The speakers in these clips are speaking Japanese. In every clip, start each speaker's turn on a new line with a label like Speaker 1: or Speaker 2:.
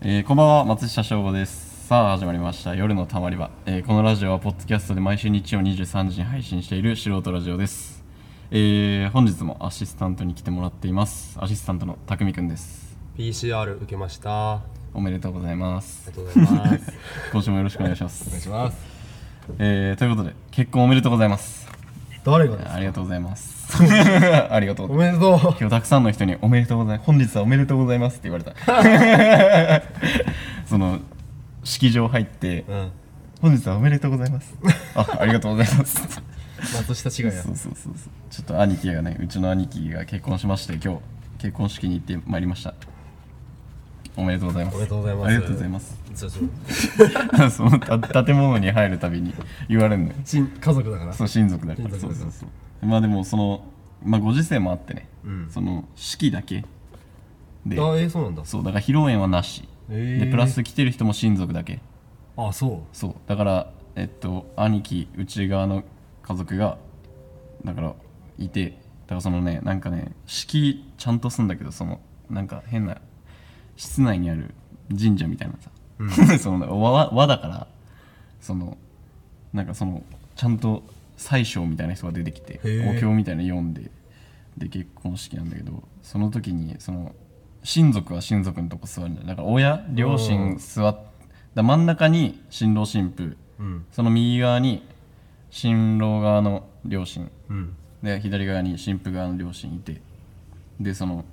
Speaker 1: えーこんばんは松下翔吾ですさあ始まりました夜のたまり場、えーこのラジオはポッドキャストで毎週日曜23時に配信している素人ラジオです、えー本日もアシスタントに来てもらっていますアシスタントのたくみくんです
Speaker 2: PCR 受けましたあ
Speaker 1: おめでとうございます
Speaker 2: りがとうございます
Speaker 1: 今週もよろしくお願いしま
Speaker 2: お願い
Speaker 1: す、
Speaker 2: します
Speaker 1: えーということで結婚おめでとうございます
Speaker 2: 誰がですか
Speaker 1: ありがとうございます ありがとう
Speaker 2: おめでとう
Speaker 1: 今日たくさんの人に「おめでとうございます本日はおめでとうございます」って言われた その式場入って
Speaker 2: うん
Speaker 1: 「本日はおめでとうござい ます」あありがとうございます
Speaker 2: 松下違いや
Speaker 1: そうそうそうそうちょっと兄貴がねうちの兄貴が結婚しまして今日結婚式に行ってまいりましたおめでとうございます
Speaker 2: おめでとうございます
Speaker 1: ありがとうございます
Speaker 2: そうそう
Speaker 1: そのた建物に入るたびに言われるのよ
Speaker 2: 親家族だから
Speaker 1: そう親族だから
Speaker 2: 親
Speaker 1: そ
Speaker 2: 族
Speaker 1: う
Speaker 2: だ
Speaker 1: そう
Speaker 2: から
Speaker 1: そうまあでもそのまあご時世もあってね、
Speaker 2: うん
Speaker 1: その式だけで
Speaker 2: あえー、そうなんだ
Speaker 1: そうだから披露宴はなし、
Speaker 2: えー
Speaker 1: でプラス来てる人も親族だけ
Speaker 2: あそ
Speaker 1: そうだからえっと兄貴内側の家族がだからいてだからそのねなんかね式ちゃんとすんだけどそのなんか変な室内にある神社みたいなさ、 その和和だからそのなんかそのちゃんと宰相みたいな人が出てきて
Speaker 2: ー
Speaker 1: お経みたいなの読んでで結婚式なんだけどその時にその親族は親族のとこ座るんだよだから親両親座っだ真ん中に新郎新婦
Speaker 2: ううん
Speaker 1: その右側に新郎側の両親
Speaker 2: うん
Speaker 1: で左側に新婦側の両親いてでその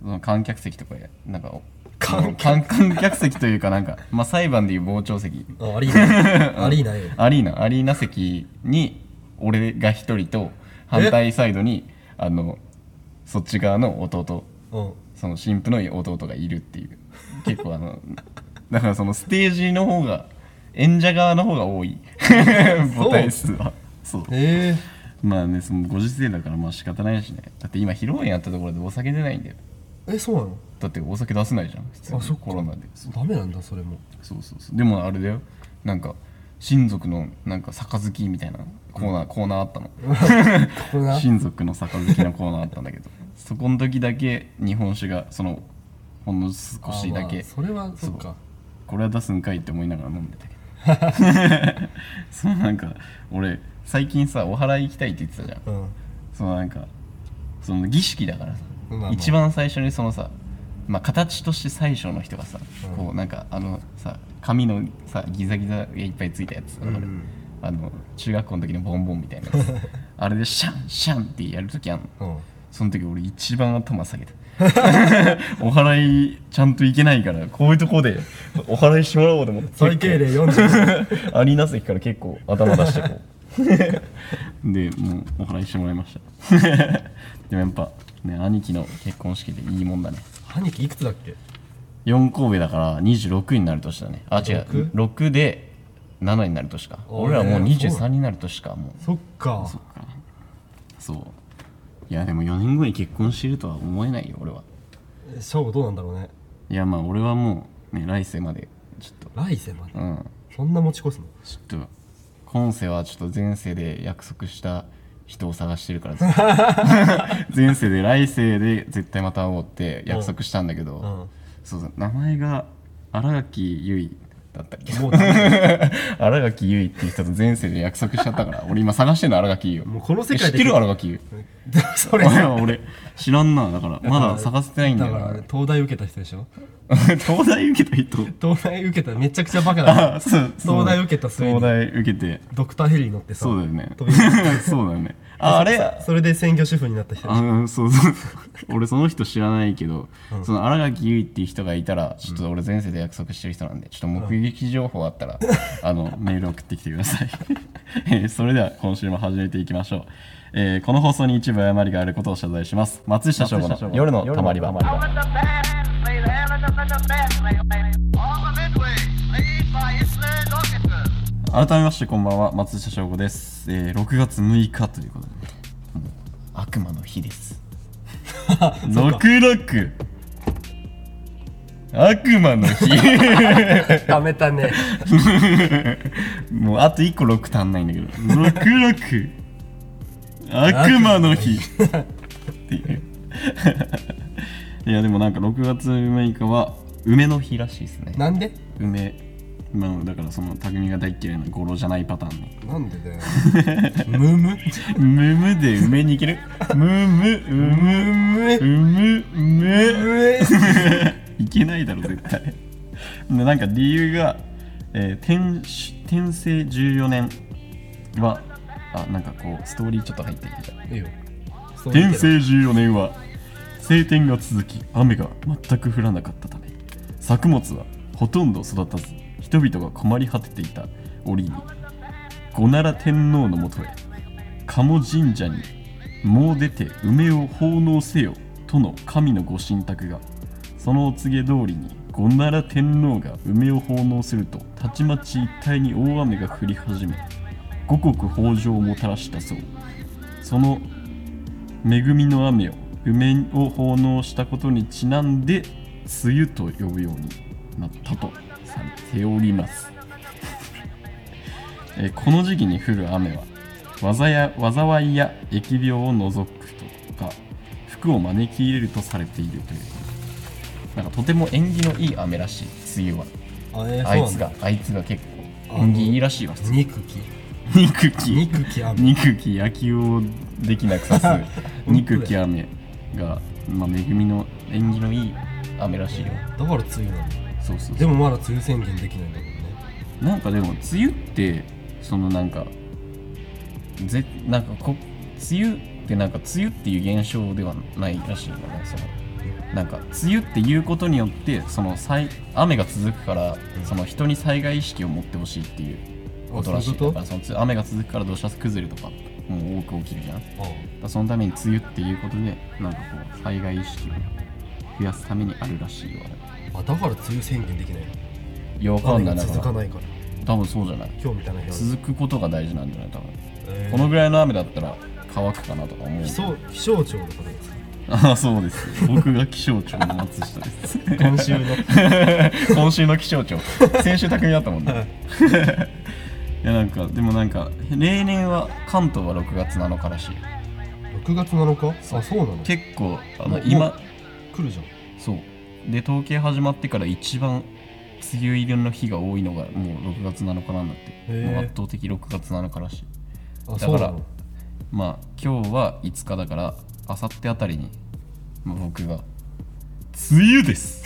Speaker 1: その観客席とかやなんかお
Speaker 2: 観
Speaker 1: 観観客席というかなんか、まあ、裁判でいう傍聴席
Speaker 2: あアリ ーナアリーナよ
Speaker 1: アリーナアリーナ席に俺が一人と反対サイドにあのそっち側の弟
Speaker 2: うん
Speaker 1: その新婦の弟がいるっていう結構あの だからそのステージの方が演者側の方が 多い母体数はそう
Speaker 2: え
Speaker 1: まあねそのご時世だからまあ仕方ないしねだって今披露宴やったところでお酒出ないんだよ
Speaker 2: ー、えそうなの
Speaker 1: だってお酒出せないじゃん普通に
Speaker 2: あそっか
Speaker 1: コロナでそう
Speaker 2: ダメなんだ それも
Speaker 1: そうそうそうでもあれだよなんか親族のなんか杯みたいなコーナー、コーナーあったの
Speaker 2: これな
Speaker 1: 親族の杯のコーナーあったんだけどそこの時だけ日本酒がそのほんの少しだ
Speaker 2: あま
Speaker 1: け
Speaker 2: あそれはそっ
Speaker 1: そう
Speaker 2: か
Speaker 1: これは出すんかいって思いながら飲んでたけど そのなんか俺最近さお祓い行きたいって言ってたじゃん
Speaker 2: うん
Speaker 1: そのなんかその儀式だからさ、
Speaker 2: まあまあ
Speaker 1: 一番最初にそのさまあ形として最初の人がさ、こうなんかあのさ髪のさギザギザがいっぱいついたやつ、
Speaker 2: ん
Speaker 1: あれあの中学校の時のボンボンみたいな やつあれでシャンシャンってやる時あんの
Speaker 2: うん
Speaker 1: その時俺一番頭下げた お祓いちゃんといけないからこういうとこでお祓いしてもらおうと思って
Speaker 2: 最敬礼40
Speaker 1: アリーナ席から結構頭出してこうでもうお祓いしてもらいました でもやっぱね兄貴の結婚式でいいもんだね
Speaker 2: 兄貴いくつだっけ
Speaker 1: 4神戸だから26になる年だねあ違う
Speaker 2: 六
Speaker 1: 6? で7になる年か
Speaker 2: おー
Speaker 1: 俺らもう
Speaker 2: そう
Speaker 1: 23
Speaker 2: だ
Speaker 1: になる年かもう
Speaker 2: そっか
Speaker 1: そっかそういやでも4年後に結婚してるとは思えないよ俺は
Speaker 2: えショーどうなんだろうね
Speaker 1: いやまあ俺はもうね来世までちょっ
Speaker 2: 来世まで
Speaker 1: とうん
Speaker 2: そんな持ち越すの
Speaker 1: ちょっと今世はちょっと前世で約束した人を探してるからずっと 前世で来世で絶対また会おうって約束したんだけど、
Speaker 2: うん
Speaker 1: そうそう名前が新垣結衣だったっけ
Speaker 2: もうダ メ
Speaker 1: 新垣結衣っていう人と前世で約束しちゃった から俺今探してんの新垣結衣
Speaker 2: もう
Speaker 1: を
Speaker 2: この世界
Speaker 1: え知
Speaker 2: で
Speaker 1: ってる新垣結衣
Speaker 2: それ
Speaker 1: いや 俺知らんなだからまだ探せてないんだ
Speaker 2: だ
Speaker 1: よ
Speaker 2: か
Speaker 1: な
Speaker 2: ら東大受けた人でしょ
Speaker 1: 東大受けた人
Speaker 2: 東大受けためちゃくちゃバカだ
Speaker 1: あ そうそう
Speaker 2: 東大受けた末に
Speaker 1: 東大受けて
Speaker 2: ドクターヘリに乗ってさ
Speaker 1: そうだよね
Speaker 2: 飛び込 ん
Speaker 1: そうだよねああれ
Speaker 2: それで専業主婦になった人
Speaker 1: あうんそうそう 俺その人知らないけど、その新垣結衣っていう人がいたらちょっと俺前世で約束してる人なんでちょっと目撃情報あったら、あのメール送ってきてください、 えーそれでは今週も始めていきましょう、えーこの放送に一部誤りがあることを謝罪します松下翔吾の夜のたまり場
Speaker 3: Over the bad, play the hell out of the bad, play, play. Over midway, played by Island Orchestra.
Speaker 1: 改めましてこんばんは松下翔吾です、えー6月6日ということで、ね、もう悪魔の日です 66! 悪魔の日
Speaker 2: ダメたね
Speaker 1: もうあと1個6足んないんだけど66悪魔の日 っていういやでもなんか6月6日は梅の日らしいですね
Speaker 2: なんで
Speaker 1: 梅まあだからその匠が大嫌いな語呂じゃないパターンね
Speaker 2: なんで だよむむ
Speaker 1: むむで梅に行けるむむうむ
Speaker 2: む
Speaker 1: うむむ
Speaker 2: む
Speaker 1: いけないだろ絶対でなんか理由が、えー天し天正14年はあなんかこうストーリーちょっと入っていいじゃん
Speaker 2: いいよそう言う
Speaker 1: 天
Speaker 2: けど
Speaker 1: 正14年は晴天が続き雨が全く降らなかったため作物はほとんど育たず人々が困り果てていた折に五奈良天皇のもとへ鴨神社にもう出て梅を奉納せよとの神のご神託がそのお告げ通りに五奈良天皇が梅を奉納するとたちまち一帯に大雨が降り始め五穀豊穣をもたらしたそうその恵みの雨を梅を奉納したことにちなんで梅雨と呼ぶようになったとされております、 えーこの時期に降る雨は災や災いや疫病を除くとか福を招き入れるとされているというなんかとても縁起のいい雨らしい梅雨は
Speaker 2: あえー
Speaker 1: あい
Speaker 2: そ
Speaker 1: つ
Speaker 2: うなんだ
Speaker 1: があいつが結
Speaker 2: あ
Speaker 1: 構
Speaker 2: の
Speaker 1: 縁起いいらしいわ 普通に
Speaker 2: 肉き
Speaker 1: 肉気
Speaker 2: 肉きあ
Speaker 1: 憎き野球をできなくさす憎き雨が、まあ、恵みの縁起のいい雨らしいよ
Speaker 2: だから梅雨なんだ
Speaker 1: そうそう
Speaker 2: でもまだ梅雨宣言できないんだもんね
Speaker 1: なんかでも梅雨ってそのなんかぜなんかこ梅雨ってなんか梅雨っていう現象ではないらしいよねそのなんか梅雨っていうことによってその災雨が続くからその人に災害意識を持ってほしいっていうことらし
Speaker 2: あ
Speaker 1: い
Speaker 2: そうい
Speaker 1: だか
Speaker 2: う
Speaker 1: ら
Speaker 2: こ
Speaker 1: そのつ雨が続くから土砂崩れとかもう多く起きるじゃん
Speaker 2: とあ
Speaker 1: だからそのために梅雨っていうことでなんかこう災害意識を増やすためにあるらしいわ
Speaker 2: ああだから梅雨宣言できない
Speaker 1: いやわかん
Speaker 2: 雨
Speaker 1: な
Speaker 2: が
Speaker 1: いだ
Speaker 2: 続
Speaker 1: か
Speaker 2: からないから
Speaker 1: 多分そうじゃない
Speaker 2: 今日みたいな日は
Speaker 1: 続くことが大事なんじゃない多分
Speaker 2: えー
Speaker 1: このぐらいの雨だったら乾くかなとか思う
Speaker 2: 気象気象庁のことですか
Speaker 1: ああ そうです僕が気象庁の松下です
Speaker 2: 今週の
Speaker 1: 今週の気象庁先週匠だったもん
Speaker 2: はい
Speaker 1: ね いやなんかでもなんか例年は関東は6月7日らしい
Speaker 2: 6月7日あそうなの来
Speaker 1: 結構あ
Speaker 2: もう
Speaker 1: の今
Speaker 2: るじゃん
Speaker 1: そうで統計始まってから一番梅雨入りの日が多いのがもう6月7日なんだって
Speaker 2: へー
Speaker 1: もう圧倒的6月7日らしい
Speaker 2: あ
Speaker 1: だ
Speaker 2: そ
Speaker 1: か
Speaker 2: う
Speaker 1: ら
Speaker 2: なの
Speaker 1: まあ今日は5日だからあさってあたりに、まあ、僕が「梅雨です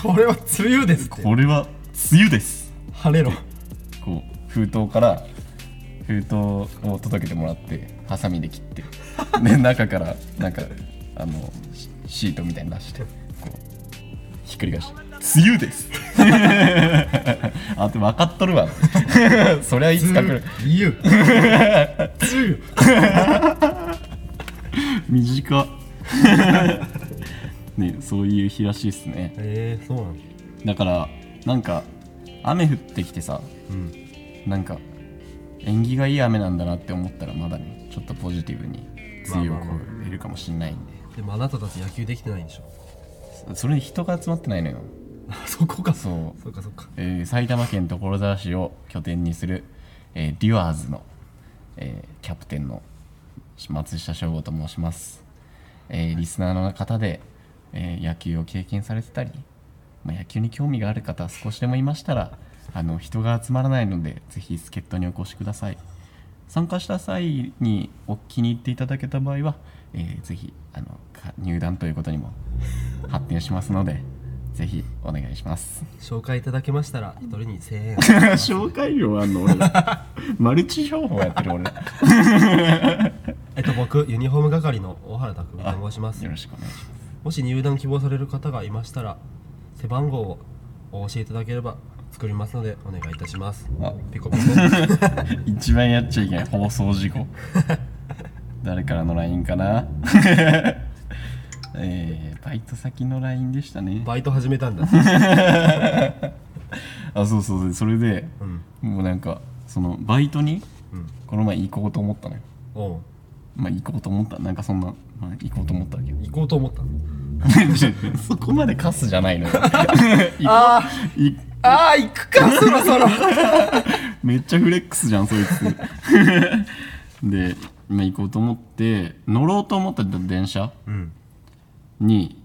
Speaker 2: これは梅雨ですって
Speaker 1: これは梅雨です
Speaker 2: 晴れろ」
Speaker 1: こう封筒から封筒を届けてもらってハサミで切って で中からなんかあのシシートみたいに出してこうひっくり返して「梅雨 です」あって分かっと るわそりゃいつか来る
Speaker 2: 梅雨 梅
Speaker 1: 短っ ねそういう日らしいっすね
Speaker 2: 雨えー、そうなの
Speaker 1: だからなんか雨降ってきてさ
Speaker 2: うん
Speaker 1: なんか縁起がいい雨なんだなって思ったらまだねちょっとポジティブに梅雨を
Speaker 2: まあまあま
Speaker 1: 超えるかもしれないんで、
Speaker 2: でもあなたたち野球できてないんでしょ
Speaker 1: そそれに人が集まってないのよ
Speaker 2: そこか
Speaker 1: そう
Speaker 2: そうかそうか
Speaker 1: えー埼玉県所沢市を拠点にする、えーデュアーズの、えーキャプテンの松下翔吾と申します、えーリスナーの方で、えー野球を経験されてたり、まあ、野球に興味がある方少しでもいましたらあの人が集まらないのでぜひ助っ人にお越しください参加した際にお気に入っていただけた場合は、えーぜひあのか入団ということにも発展しますのでぜひお願いします
Speaker 2: 紹介いただけましたら一人に1000円
Speaker 1: 紹介料あんの 俺らマルチ商法やってる俺らよ
Speaker 2: えっと僕ユニフォーム係の大原拓海と申します
Speaker 1: ろしくお願いしま
Speaker 2: もし入団希望される方がいましたら背番号をお教えいただければ作りますのでお願いいたします
Speaker 1: あ
Speaker 2: ピコピ コ
Speaker 1: す一番やっちゃいけない放送事故誰からの LINE かな えー、バイト先の LINE でしたね
Speaker 2: バイト始めた んだ
Speaker 1: あそうそうそうそれで、
Speaker 2: うん
Speaker 1: もうなんかそのバイトに
Speaker 2: うん
Speaker 1: この前行こうと思ったのよ
Speaker 2: おう
Speaker 1: まあ行こうと思ったなんかそんな、まあ、行こうと思ったわけ ど
Speaker 2: 行こうと思ったの
Speaker 1: そこまでカスじゃない のよ
Speaker 2: あ
Speaker 1: い
Speaker 2: ああ行くかそろそろ
Speaker 1: めっちゃフレックスじゃんそいつで今行こうと思って乗ろうと思った電車
Speaker 2: うん
Speaker 1: に、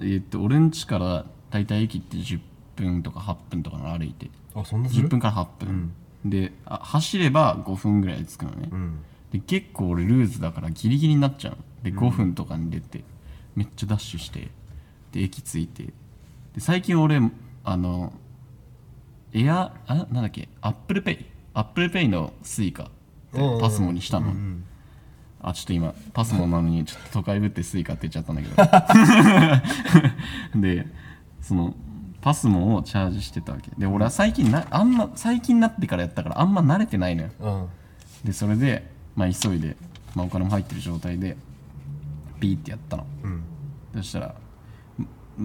Speaker 1: ええーっと俺ん家から大体駅って10分とか8分とかなの歩いて
Speaker 2: あそんなする
Speaker 1: 10分から8分、であ走れば5分ぐらいで着くのね、
Speaker 2: うん
Speaker 1: で結構俺ルーズだからギリギリになっちゃうので5分とかに出て、めっちゃダッシュしてで駅着いてで最近俺あのエアあなんだっけアップルペイアップルペイのスイカ
Speaker 2: おうおう
Speaker 1: パスモにしたの、
Speaker 2: うん
Speaker 1: あちょっと今パスモなの にちょっと都会ぶってスイカって言っちゃったんだ けどでそのパスモをチャージしてたわけで俺は最近なあんま最近になってからやったからあんま慣れてないのよ
Speaker 2: うん
Speaker 1: でそれで、まあ、急いで、まあ、お金も入ってる状態でピーってやったの
Speaker 2: うん
Speaker 1: そしたらん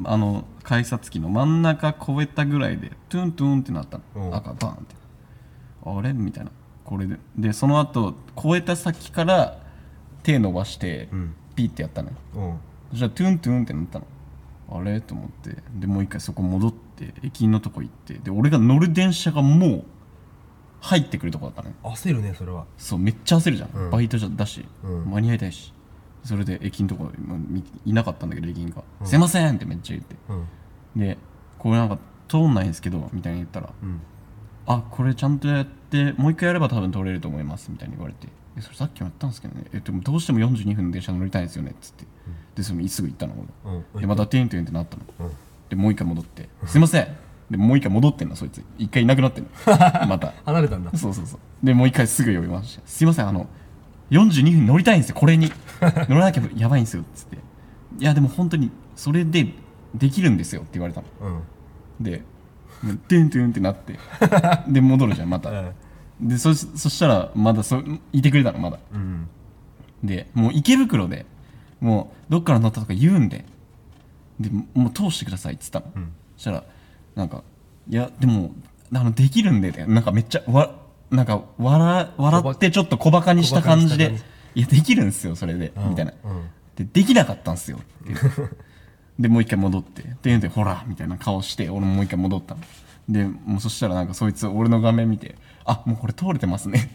Speaker 1: あの改札機の真ん中超えたぐらいでトゥントゥンってなった
Speaker 2: うん
Speaker 1: の赤バーンってあれみたいなこれででその後超えた先から手伸ばして
Speaker 2: うん
Speaker 1: ピーってやったのよ
Speaker 2: うん
Speaker 1: そしたらトゥントゥンってなったのあれと思ってでもう一回そこ戻って駅員のとこ行ってで俺が乗る電車がもう入ってくるとこだったのよ
Speaker 2: 焦るねそれは
Speaker 1: そうめっちゃ焦るじゃん、
Speaker 2: うん
Speaker 1: バイトじゃだし、
Speaker 2: うん
Speaker 1: 間に合いたいしそれで駅のとこまあみいなかったんだけど駅員が「すいません!」ってめっちゃ言って
Speaker 2: うん
Speaker 1: で「これなんか通んないんですけど」みたいに言ったら
Speaker 2: うん
Speaker 1: 「あこれちゃんとやってもう一回やれば多分通れると思います」みたいに言われて「えそれさっきもやったんですけどねえでもどうしても42分の電車乗りたいんですよね」っつってでそれすぐ行ったの俺、
Speaker 2: うん
Speaker 1: でまたテンテンってなったの、
Speaker 2: うん
Speaker 1: でもう一回戻って「すいません!」でもう一回戻ってんのそいつ一回いなくなってんの また
Speaker 2: 離れたんだ
Speaker 1: そうそうそうでもう一回すぐ呼びましたすいませんあの42分乗りたいんですよこれに乗らなきゃやばいんですよっつっていやでも本当にそれでできるんですよって言われたの
Speaker 2: うん
Speaker 1: でもうトゥントゥンってなってで戻るじゃんま
Speaker 2: う
Speaker 1: た
Speaker 2: ん
Speaker 1: でそそしたらまだそいてくれたのまだ
Speaker 2: うん
Speaker 1: でもう池袋でもうどっから乗ったとか言うんででもう通してくださいっつったの、
Speaker 2: ん
Speaker 1: そしたらなんか「いやでもあのできるんで」なんかめっちゃわなんか笑笑ってちょっと小バカにした感じ
Speaker 2: 小
Speaker 1: で
Speaker 2: バカにした
Speaker 1: 「いやできるんすよそれで」
Speaker 2: うん
Speaker 1: みたいな、
Speaker 2: うん
Speaker 1: でできなかったん すよっていうでもう一回戻ってででほらみたいな顔して俺ももう一回戻ったのでもうそしたらなんかそいつ俺の画面見て「あもうこれ通れてます ね」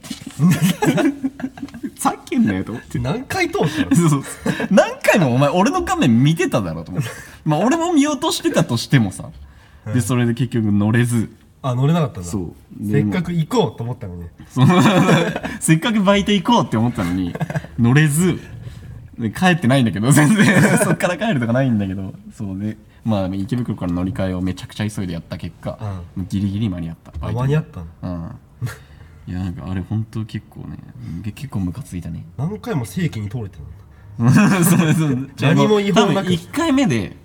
Speaker 1: ってさっきんだよと思って
Speaker 2: 何回通したの
Speaker 1: そうそう何回もお前俺の画面見てただろと思ってまあ俺も見落としてたとしてもさでそれで結局乗れず
Speaker 2: あ乗れなかったんだ
Speaker 1: そう
Speaker 2: せっかく行こうと思ったのに
Speaker 1: そのせっかくバイト行こうって思ったのに乗れずで帰ってないんだけど全 然そっから帰るとかないんだけどそうでまあ池袋から乗り換えをめちゃくちゃ急いでやった結果、ギリギリ間に合ったバ
Speaker 2: あ
Speaker 1: イト
Speaker 2: 間に合ったの
Speaker 1: うんいやなんかあれ本当結構ねで結構ムカついたね
Speaker 2: 何回も正規に通れてるの
Speaker 1: そうそう
Speaker 2: 何も違法なく
Speaker 1: 多分1回目で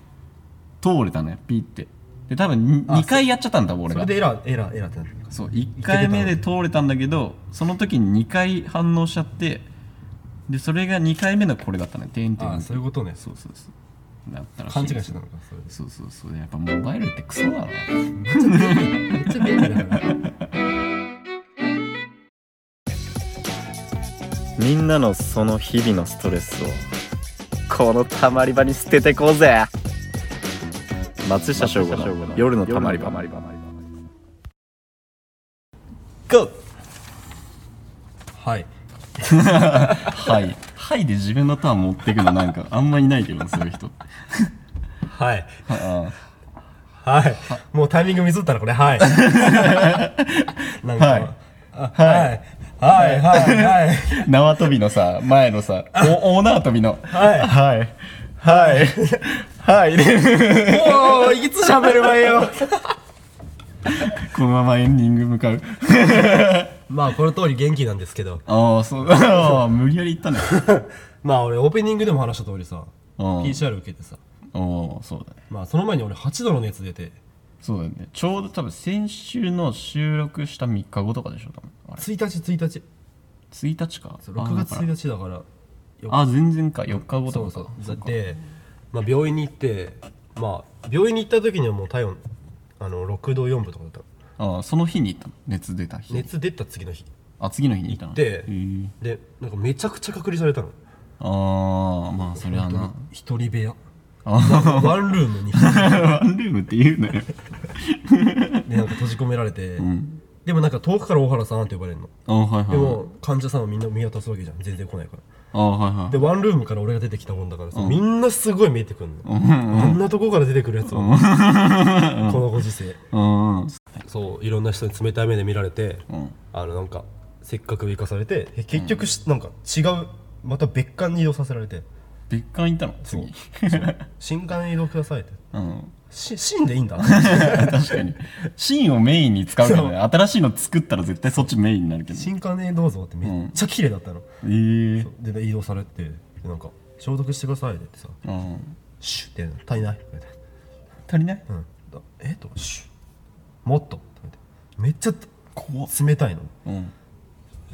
Speaker 1: 通れたのよピーってで多分
Speaker 2: あ
Speaker 1: 2回やっちゃったんだ俺
Speaker 2: そ
Speaker 1: が
Speaker 2: れでエラーエラーエラーってなってるのか
Speaker 1: そう1回目で通れたんだけどその時に2回反応しちゃってでそれが2回目のこれだったのよ点々
Speaker 2: あそういうことね
Speaker 1: そうそうそうだったら
Speaker 2: 勘違いしててたのかそれで
Speaker 1: そうそうそうやっぱモバイルってクソだな
Speaker 2: めっちゃ便利だから
Speaker 1: みんなのその日々のストレスをこのたまり場に捨ててこうぜ松下翔吾の夜のたまり場 GO!
Speaker 2: はい
Speaker 1: はいはいで自分のターン持ってくのなんかあんまいないけどそういう人
Speaker 2: はい
Speaker 1: あ
Speaker 2: はいもうタイミングミスったらこれ はいなんか
Speaker 1: はい
Speaker 2: あはいはいはい
Speaker 1: ー縄跳びのさ前のさおオーナー跳びの
Speaker 2: はい
Speaker 1: はいはいはいで
Speaker 2: はいもういつ喋ればいいよ
Speaker 1: このままエンディング向かう
Speaker 2: まあこの通り元気なんですけど
Speaker 1: ああそうあー無理やり言ったね
Speaker 2: まあ俺オープニングでも話した通りさ
Speaker 1: うん
Speaker 2: PCR 受けてさ
Speaker 1: おおそうだね
Speaker 2: まあその前に俺8度の熱出て
Speaker 1: そうだよねちょうど多分先週の収録した3日後とかでしょ多分あれ
Speaker 2: 1日1日
Speaker 1: 1日か
Speaker 2: そう6月
Speaker 1: あだから
Speaker 2: 1日だからよ
Speaker 1: あ全然か4日後
Speaker 2: そ
Speaker 1: と
Speaker 2: う
Speaker 1: か
Speaker 2: そう
Speaker 1: か
Speaker 2: だって、まあ、病院に行ってまあ病院に行った時にはもう体温あの6度4分とかだったの
Speaker 1: あーその日に行ったの熱出た日
Speaker 2: 熱出た次の日
Speaker 1: あ次の日に行ったの
Speaker 2: 行って
Speaker 1: へー
Speaker 2: でなんかめちゃくちゃ隔離されたの
Speaker 1: ああまあそれはな
Speaker 2: 一人部屋
Speaker 1: あ
Speaker 2: ワンルームにで
Speaker 1: ーワンルームって言う なよ
Speaker 2: なんか閉じ込められて、
Speaker 1: ん
Speaker 2: でもなんか遠くから大原さんって呼ばれるの
Speaker 1: あはいはい
Speaker 2: でも患者さんはみんな見渡すわけじゃん全然来ないから
Speaker 1: ああはいはい
Speaker 2: でワンルームから俺が出てきたもんだからさ、
Speaker 1: うん
Speaker 2: みんなすごい見えてくんの、あんなとこから出てくるやつも、このご時世
Speaker 1: うんうん
Speaker 2: そういろんな人に冷たい目で見られて
Speaker 1: うん
Speaker 2: あのなんかせっかく生かされてえ結局し、なんか違うまた別館に移動させら れて
Speaker 1: 別館行ったの
Speaker 2: そう
Speaker 1: 次
Speaker 2: 新館に移動くださいって
Speaker 1: うん
Speaker 2: し死んでいいんだ
Speaker 1: 確かにシーンをメインに使うから
Speaker 2: そ
Speaker 1: ね新しいの作ったら絶対そっちメインになるけど
Speaker 2: 新館にどうぞってめっちゃ綺麗だったの、
Speaker 1: ええ
Speaker 2: で移動されてでなんか消毒してくださいって言ってさ
Speaker 1: うん
Speaker 2: シュッてやるの足りないみたいな
Speaker 1: 足りない
Speaker 2: うんだえっとシュッもっととか言ってめっちゃ
Speaker 1: 怖っ
Speaker 2: 冷たいの
Speaker 1: うん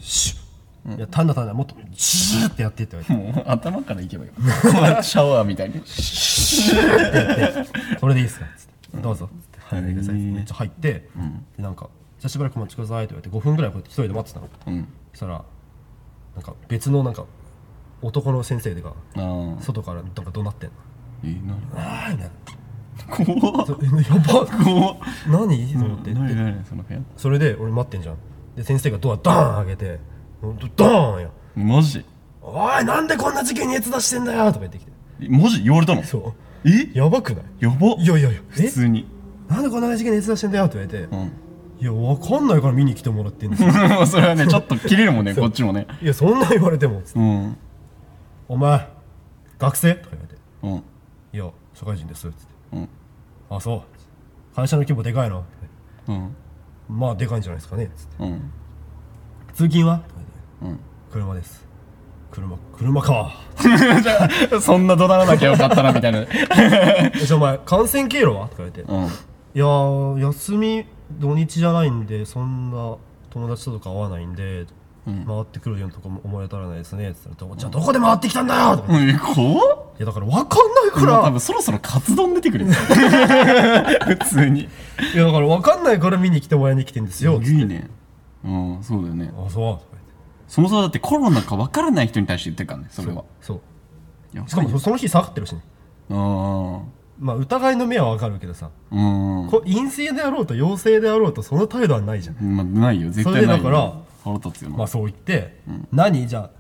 Speaker 2: シュッいや足んだ足んだもっとシュッてやってって言われて
Speaker 1: もう 頭から行けばいいわシャワーみたいに
Speaker 2: それでいいですか?」っつって「どうぞ」っつって「入ってください」
Speaker 1: へー
Speaker 2: めっちゃ入って、でなんか「じゃあしばらくお待ちください」って言われて5分ぐらいこうやって一人で待ってたの
Speaker 1: うん
Speaker 2: そしたらなんか別のなんか男の先生が
Speaker 1: ああ
Speaker 2: 外からなんか怒鳴ってんの
Speaker 1: えー、なに
Speaker 2: 「ああ」みたいな
Speaker 1: 怖っ
Speaker 2: そえ「やばっ
Speaker 1: 怖っ
Speaker 2: 何?」と思って、
Speaker 1: 何何何その部屋
Speaker 2: それで俺待ってんじゃんで先生がドアドーン開けてほんとドーンよ
Speaker 1: マジ
Speaker 2: 「おいなんでこんな事件にやつ出してんだよ」とか言ってきて
Speaker 1: えマジ言われたの
Speaker 2: そう
Speaker 1: え
Speaker 2: やばくない
Speaker 1: やばっ
Speaker 2: いやいやいや
Speaker 1: 普通に
Speaker 2: なんでこんな事件にやつ出してんだよとか言われて、
Speaker 1: うん
Speaker 2: いやわかんないから見に来てもらってんです よ
Speaker 1: それはねちょっと切れるもんね
Speaker 2: そう
Speaker 1: こっちもね
Speaker 2: いやそんなん言われてもつって
Speaker 1: うん
Speaker 2: 「お前学生?」とか言われて「
Speaker 1: うん
Speaker 2: いや社会人です」つって
Speaker 1: うん
Speaker 2: 「あそう会社の規模でかいの?」
Speaker 1: うん
Speaker 2: まあでかいんじゃないですかね」つって
Speaker 1: うん
Speaker 2: 「通勤は?」とか言って
Speaker 1: うん
Speaker 2: 車です」車車か
Speaker 1: そんな怒鳴らなきゃよかったなみたいなうん
Speaker 2: えじゃあお前感染経路は?」とか言われて「いやー休み土日じゃないんでそんな友達ととか会わないんで、
Speaker 1: うん
Speaker 2: 回ってくるようなとこも思い当たらないですね」つったら「じゃあどこで回ってきたんだよ!」とか言って
Speaker 1: え怖っ
Speaker 2: 「いやだからわかんないか
Speaker 1: 今多
Speaker 2: ら
Speaker 1: 分そろそろカツ丼出てくるよ 普通に
Speaker 2: いやだからわかんないから見に来てもらいに来てんですよ」つって
Speaker 1: いいねうんそうだよね
Speaker 2: あそう」とか言って。
Speaker 1: そもそもだってコロナか分からない人に対して言ってるからねそれは
Speaker 2: そう
Speaker 1: やばい
Speaker 2: しかもそその日下がってるしね
Speaker 1: あ
Speaker 2: まあ疑いの目はわかるけどさ、
Speaker 1: あうん
Speaker 2: こ陰性であろうと陽性であろうとその態度はないじゃん、
Speaker 1: まあないよ絶対ないよ
Speaker 2: それでだから
Speaker 1: 腹立つよな、
Speaker 2: まあそう言って「何じゃあ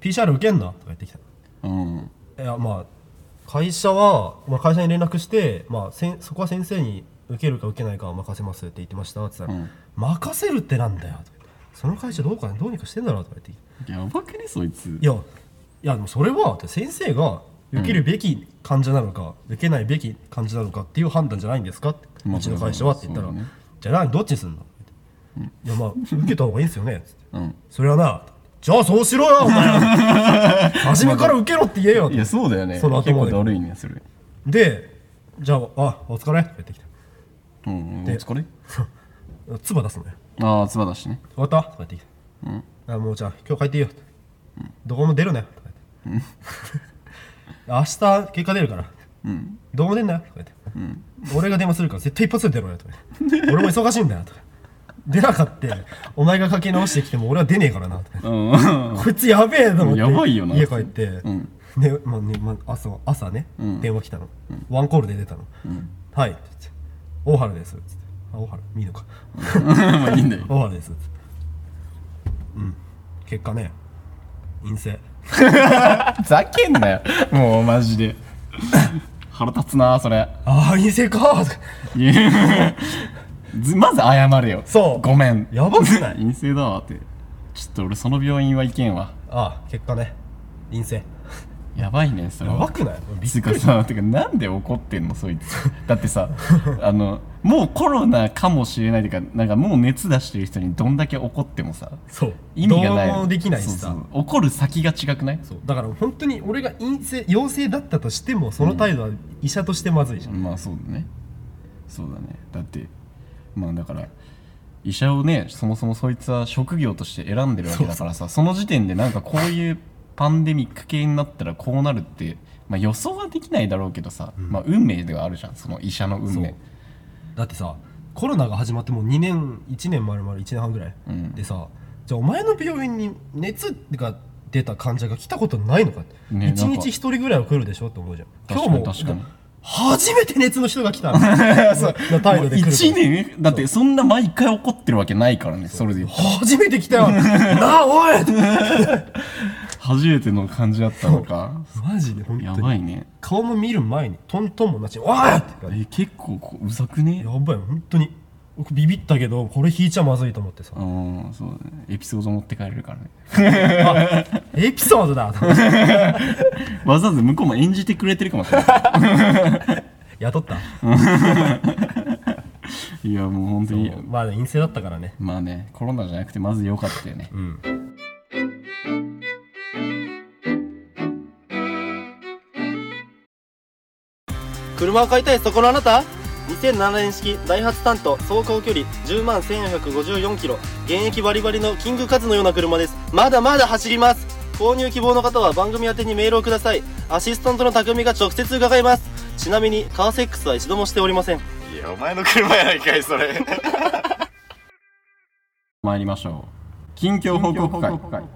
Speaker 2: PCR 受けんな」とか言ってきた
Speaker 1: うん
Speaker 2: いやまあ会社は、まあ、会社に連絡して、まあ、せんそこは先生に受けるか受けないかは任せますって言ってましたって言ったら、
Speaker 1: うん
Speaker 2: 任せるってなんだよとか言ってその会社どうかどうにかしてんだろうとか言ってい
Speaker 1: やばくねそいつ
Speaker 2: やいやでもそれは先生が受けるべき患者なのか、受けないべき患者なのかっていう判断じゃないんですかって、
Speaker 1: まあ
Speaker 2: うちの会社はって言ったら、
Speaker 1: そうだね
Speaker 2: じゃあ何どっちにすんのって言って、いやまあ受けた方がいいんですよねっつって
Speaker 1: うん
Speaker 2: それはなじゃあそうしろよお前 初めから受けろって言えよ
Speaker 1: いやそうだよね
Speaker 2: その後
Speaker 1: 結
Speaker 2: ま
Speaker 1: 構
Speaker 2: で
Speaker 1: だるいねそれ
Speaker 2: でじゃああお疲れって言ってきた
Speaker 1: うんうんお疲れ
Speaker 2: 唾出すのよ
Speaker 1: ああ唾だしね
Speaker 2: 終わったとか言ってきて、あもうじゃあ今日帰っていいよ、どこも出るなよとか言って、 明日結果出るから、どこも出んなよとか言って、俺が電話するから絶対一発で出ろよとか言って俺も忙しいんだよとか出なかってお前がかけ直してきても俺は出ねえからなとか
Speaker 1: うん うん
Speaker 2: こいつやべえと思って
Speaker 1: やばいよな
Speaker 2: 家帰って、
Speaker 1: ん
Speaker 2: でまあねまあ、朝朝ね、電話来たの、ワンコールで出たの「はい」って言って「大原です」って言ってあ大原見いのか」
Speaker 1: まあいいんだよ
Speaker 2: 大原です」ってうん結果ね陰性
Speaker 1: ふざけんなよもうマジで腹立つなそれ
Speaker 2: ああ陰性かとか
Speaker 1: いやずまず謝れよ
Speaker 2: そう
Speaker 1: ごめん
Speaker 2: やばくない
Speaker 1: 陰性だわってちょっと俺その病院は行けんわ
Speaker 2: ああ結果ね陰性
Speaker 1: やばいねそれ
Speaker 2: や
Speaker 1: は
Speaker 2: ばくないび
Speaker 1: つうかさてかなんで怒ってんのそいつだって さあのもうコロナかもしれないというかなんかもう熱出してる人にどんだけ怒ってもさ
Speaker 2: そう
Speaker 1: 意味がない
Speaker 2: どうもできないし
Speaker 1: そ
Speaker 2: さ
Speaker 1: うそう怒る先が違くない
Speaker 2: そうだから本当に俺が陰性陽性だったとしてもその態度は医者としてまずいじゃん、
Speaker 1: まあそうだねそうだねだってまあだから医者をねそもそもそいつは職業として選んでるわけだからさその時点でなんかこういうパンデミック系になったらこうなるって、まあ、予想はできないだろうけどさ、まあ、運命ではあるじゃんその医者の運命
Speaker 2: だってさコロナが始まってもう2年1年丸々1年半ぐらい、
Speaker 1: うん
Speaker 2: でさじゃあお前の病院に熱が出た患者が来たことないのかって、
Speaker 1: ね
Speaker 2: 1
Speaker 1: なんか
Speaker 2: 日1人ぐらいは来るでしょって思うじゃん
Speaker 1: 確かに確かに
Speaker 2: 初めて熱の人が来た そうな態度で来る
Speaker 1: 1年だってそんな毎回怒 ってるわけないからねそれで言う
Speaker 2: 初めて来たよなあおい
Speaker 1: 初めての感じだったのか
Speaker 2: マジで本
Speaker 1: や
Speaker 2: 当
Speaker 1: ば
Speaker 2: に
Speaker 1: いね
Speaker 2: 顔も見る前にトントンもなしに「わー!」って
Speaker 1: え結構こううざくね
Speaker 2: やばい本当に僕ビビったけどこれ引いちゃまずいと思ってさ
Speaker 1: うんそうだねエピソード持って帰れるからね
Speaker 2: エピソードだと思って
Speaker 1: わざわざ向こうも演じてくれてるかもしれない
Speaker 2: 雇った
Speaker 1: いやもう本当に
Speaker 2: まあ陰性だったからね
Speaker 1: まあねコロナじゃなくてまず良かったよね
Speaker 2: うん
Speaker 4: 車を買いたいそこのあなた2007年式ダイハツタント走行距離10万1454キロ現役バリバリのキングカズのような車ですまだまだ走ります購入希望の方は番組宛てにメールをくださいアシスタントの匠が直接伺いますちなみにカーセックスは一度もしておりません
Speaker 5: いやお前の車やないかいそれ
Speaker 1: 参りましょう近況報告会ね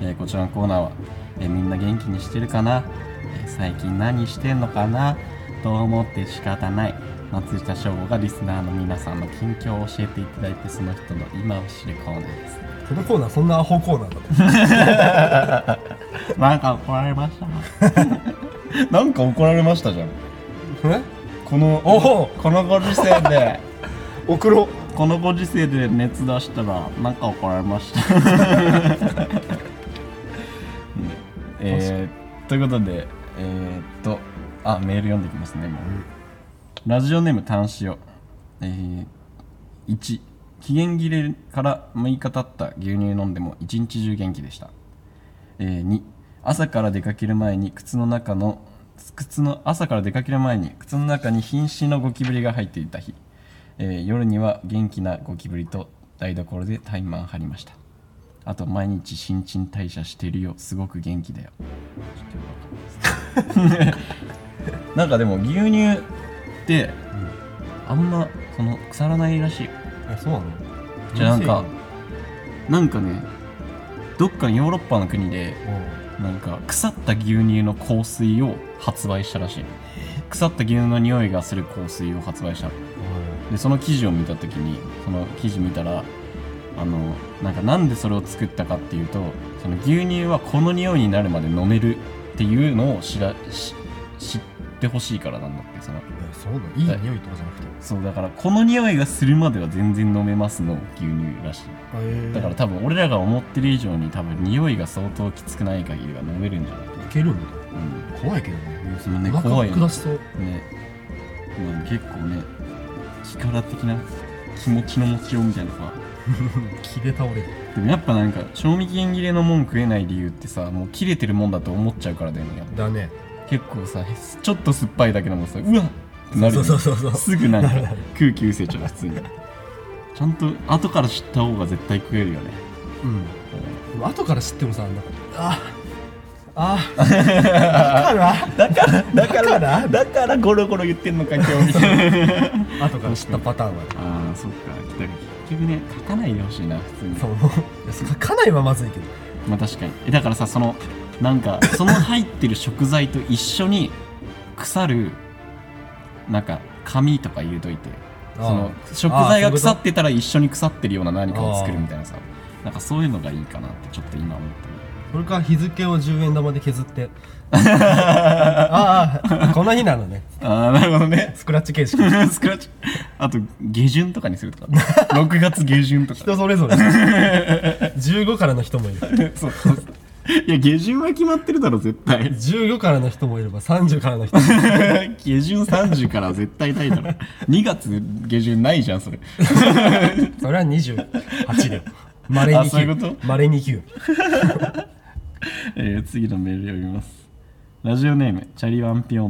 Speaker 1: えーこちらのコーナーは、えーみんな元気にしてるかな、えー最近何してんのかなと思って仕方ない松下翔吾がリスナーの皆さんの近況を教えていただいてその人の今を知るコーナー です
Speaker 2: このコーナーそんなアホコーナーだった
Speaker 1: なんか怒られました なんか怒られましたじゃんこの
Speaker 2: おお
Speaker 1: このご時世で
Speaker 2: 送ろう
Speaker 1: このご時世で熱出したらなんか怒られました、 うんえー、ということでえー、っとあメール読んでいきますねもう、ラジオネーム端子をえー、1期限切れから6日経った牛乳飲んでも一日中元気でした、えー、2朝から出かける前に靴の中の靴の朝から出かける前に靴の中に瀕死のゴキブリが入っていた日えー夜には元気なゴキブリと台所でタイマン張りましたあと毎日新陳代謝してるよすごく元気だよちょっとよくわかんないですなんかでも牛乳って、あんまその腐らないらしい
Speaker 2: えそうなの
Speaker 1: じゃあなんかなんかねどっかのヨーロッパの国でなんか腐った牛乳の香水を発売したらしい腐った牛乳の匂いがする香水を発売したでその記事を見た時にその記事見たらあのなんかなんでそれを作ったかっていうとその牛乳はこの匂いになるまで飲めるっていうのを知らし知ってほしいからなんだってその
Speaker 2: えそうなのいい匂いとかじゃなくて
Speaker 1: そうだからこの匂いがするまでは全然飲めますの牛乳らしいだから多分俺らが思ってる以上に多分匂いが相当きつくない限りは飲めるんじゃないか
Speaker 2: いけるんだ
Speaker 1: な、うん
Speaker 2: 怖いけどね
Speaker 1: そのね
Speaker 2: お腹
Speaker 1: 怖いよね
Speaker 2: 下しそう
Speaker 1: ね、まあ、結構ね力的な気持ちの持ちようみたいなさ
Speaker 2: 切れ倒れる
Speaker 1: でもやっぱなんか賞味期限切れのもん食えない理由ってさもう切れてるもんだと思っちゃうからだよねやっぱ
Speaker 2: だね
Speaker 1: 結構さへちょっと酸っぱいだけでもさうわっってなるよ
Speaker 2: そう
Speaker 1: ね
Speaker 2: そうそうそう
Speaker 1: すぐなんか空気薄せちゃう普通にちゃんと後から知った方が絶対食えるよね
Speaker 2: うんでも後から知ってもさなんかあああだからだからだから
Speaker 1: だからゴロゴロ言ってんのか今日みたいな
Speaker 2: 後から知ったパターンはね
Speaker 1: ああそっか結局ね書かないでほしいな普通に
Speaker 2: そうもういやそ書かないはまずいけど
Speaker 1: まあ確かにえだからさそのなんかその入ってる食材と一緒に腐るなんか紙とか入れといてそ
Speaker 2: ああ
Speaker 1: の食材
Speaker 2: ああそういう
Speaker 1: が
Speaker 2: こと
Speaker 1: 腐ってたら一緒に腐ってるような何かを作るみたいなさなんかそういうのがいいかなってちょっと今思った
Speaker 2: それから日付を10円玉で削って ああこの日なのね
Speaker 1: ああ なるほどね
Speaker 2: スクラッチ形式
Speaker 1: スクラッチあと下旬とかにする とか6月下旬 と
Speaker 2: 人
Speaker 1: か
Speaker 2: それぞれ15からの人もいる
Speaker 1: そうそうそういや下旬は決まってるだろ絶対
Speaker 2: 15からの人もいれば30からの人もいる
Speaker 1: 下旬30からは絶対ないだろ2月下旬ないじゃんそれ
Speaker 2: それは28でまれに
Speaker 1: あそういうこ
Speaker 2: 9まれに9
Speaker 1: えー次のメール読みますラジオネームチャリワンピ女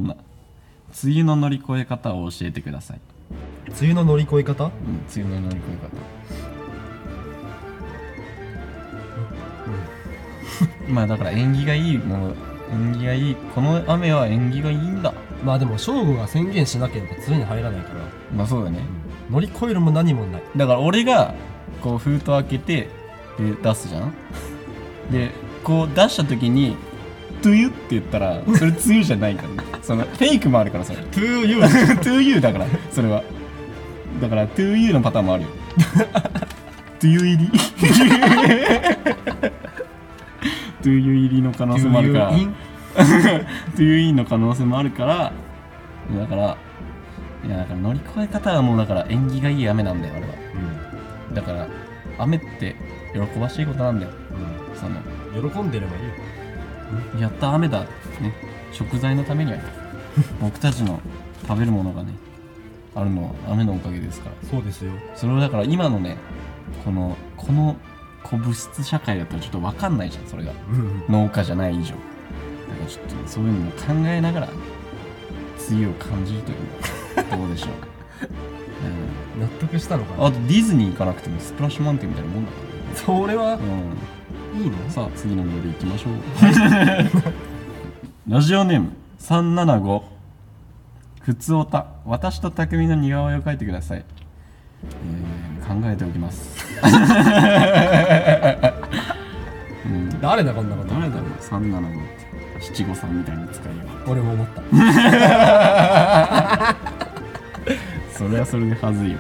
Speaker 1: 梅雨の乗り越え方を教えてください、
Speaker 2: 梅雨の乗り越え
Speaker 1: う
Speaker 2: 方
Speaker 1: ん、梅雨の乗り越え 方、まあだから縁起がいいもの縁起がいいこの雨は縁起がいいんだ
Speaker 2: まあでも省吾が宣言しなければ梅雨に入らないから
Speaker 1: まあそうだね
Speaker 2: 乗り越えるも何 もない
Speaker 1: だから俺がこう封筒開けてで出すじゃんでこう出した時に「トゥユ」って言ったらそれ梅雨じゃないからねそのフェイクもあるからそれ
Speaker 2: To you
Speaker 1: トゥーユーだからそれはだからトゥーユーのパ ターンもあるよトゥーユー入りトゥーユー入りの可能性もあるからトゥーユーインの可能性もあるからだからいやだから乗り越え方はもうだから縁起がいい雨なんだよあれはだから雨って喜ばしいことなんだよその
Speaker 2: うん、喜んでればいいよ
Speaker 1: やった雨だね食材のためには僕たちの食べるものがねあるのは雨のおかげですから
Speaker 2: そうですよ
Speaker 1: それをだから今のねこのこの古物質社会だとちょっと分かんないじゃんそれが
Speaker 2: うん
Speaker 1: 農家じゃない以上だからちょっとそういうのも考えながら梅雨を感じるというかどうでしょうか、
Speaker 2: 納得したのか
Speaker 1: うん、
Speaker 2: な
Speaker 1: あとディズニー行かなくてもスプラッシュマウンテンみたいなもんだか
Speaker 2: それは
Speaker 1: ら、うん
Speaker 2: いいの
Speaker 1: さあ次のメールいきましょうラジオネーム375ふつおた私と匠の似顔絵を描いてください、えー考えておきますうん誰
Speaker 2: 誰だこんなこと
Speaker 1: だろう375って七五三みたいに使いよ
Speaker 2: 俺も思った
Speaker 1: うそれはそれではずいよ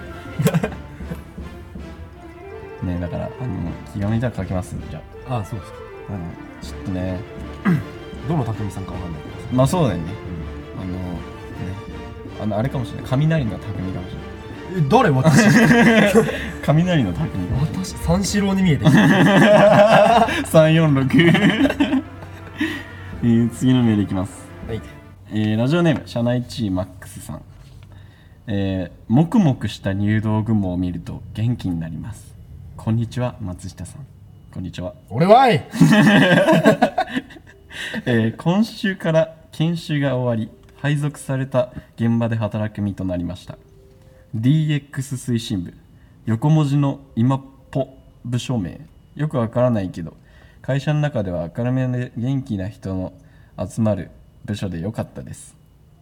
Speaker 1: ねえだからあの気が向いたら描きますじゃ
Speaker 2: ああそうですか
Speaker 1: ああのちょっとね
Speaker 2: どの匠さんかわかんないけど
Speaker 1: まあそうだよねあの、ね、あのあれかもしれない雷の匠かもしれない
Speaker 2: え誰 私
Speaker 1: 雷の匠かもしれない
Speaker 2: 私三四郎に見えてき た
Speaker 1: 346えー次のメールいきます、
Speaker 2: はい
Speaker 1: えーラジオネーム社内チーマックスさんえー、もくもくした入道雲を見ると元気になりますこんにちは松下さんこんにちは
Speaker 2: 俺はい
Speaker 1: えー今週から研修が終わり配属された現場で働く身となりました DX 推進部横文字の今っぽ部署名よくわからないけど会社の中では明るめで元気な人の集まる部署でよかったです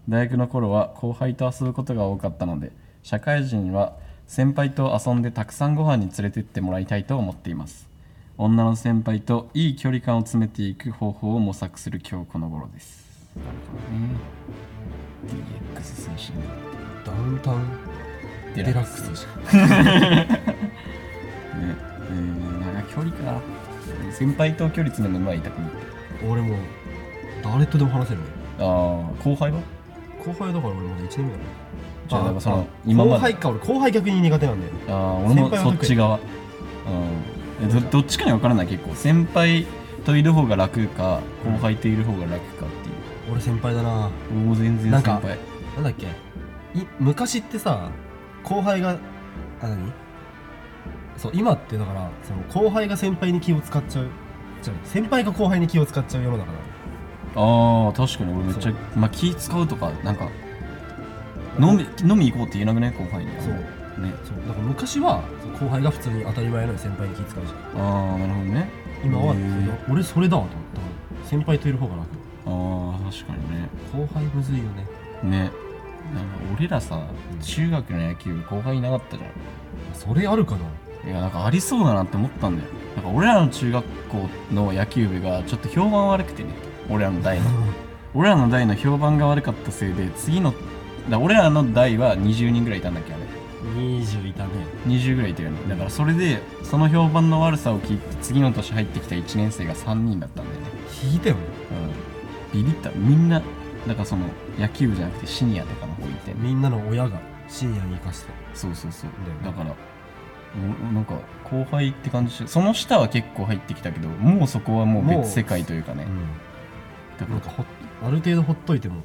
Speaker 1: 大学の頃は後輩と遊ぶことが多かったので社会人は先輩と遊んでたくさんご飯に連れてってもらいたいと思っています女の先輩といい距離感を詰めていく方法を模索する今日この頃ですなるほどね DX 推進
Speaker 2: ダウンタウンデラックスでし
Speaker 1: ねえー、なんか距離か先輩と距離詰めるのは痛くない
Speaker 2: 俺もう誰とでも話せるね
Speaker 1: ああ後輩は
Speaker 2: 後輩だから俺まだ1年目だね
Speaker 1: じゃあなんかその今ま
Speaker 2: 後輩
Speaker 1: で
Speaker 2: か俺後輩逆に苦手なんだよね
Speaker 1: ああ俺も
Speaker 2: 先輩
Speaker 1: そ
Speaker 2: は
Speaker 1: っ
Speaker 2: 得意
Speaker 1: ち側うんえどどっちかに分からない結構先輩といる方が楽か後輩といる方が楽かっていう
Speaker 2: 俺先輩だな
Speaker 1: 俺も全然
Speaker 2: なん
Speaker 1: 先
Speaker 2: か
Speaker 1: 輩
Speaker 2: なんだっけい昔ってさ後輩があ何そう今ってだからその後輩が先輩に気を使っちゃうじゃあ先輩が後輩に気を使っちゃう世の中だ
Speaker 1: ああ確かに俺めっちゃ
Speaker 2: そ
Speaker 1: まあ気使うとかなんか飲み飲み行こうって言えなくね後輩に
Speaker 2: そう
Speaker 1: ね
Speaker 2: そうだから昔はそう後輩が普通に当たり前のように先輩に気使うじゃん
Speaker 1: ああなるほどね
Speaker 2: 今は
Speaker 1: へー
Speaker 2: いや俺それだと思ったから先輩といる方が楽
Speaker 1: ああ確かにね
Speaker 2: 後輩むずいよね
Speaker 1: ねなんか俺らさ中学の野球部後輩いなかったじゃ
Speaker 2: それあるかなん
Speaker 1: いやなんかありそうだなって思ったんだよなんか俺らの中学校の野球部がちょっと評判悪くてね俺らの代の俺らの代の評判が悪かったせいで次のだ俺らの代は20人ぐらいいたんだっけあれ
Speaker 2: 20いたね
Speaker 1: 20ぐらいいたよねだからそれでその評判の悪さを聞いて次の年入ってきた1年生が3人だったんだよね、
Speaker 2: 引いたよね
Speaker 1: うん、ビビったみんなだからその野球部じゃなくてシニアとかの方いて
Speaker 2: みんなの親が深夜に生かして
Speaker 1: そうそうそう
Speaker 2: だよね
Speaker 1: だからおなんか後輩って感じしてその下は結構入ってきたけどもうそこはもう
Speaker 2: もう
Speaker 1: 別世界というかねだから
Speaker 2: なんかほっある程度ほっといても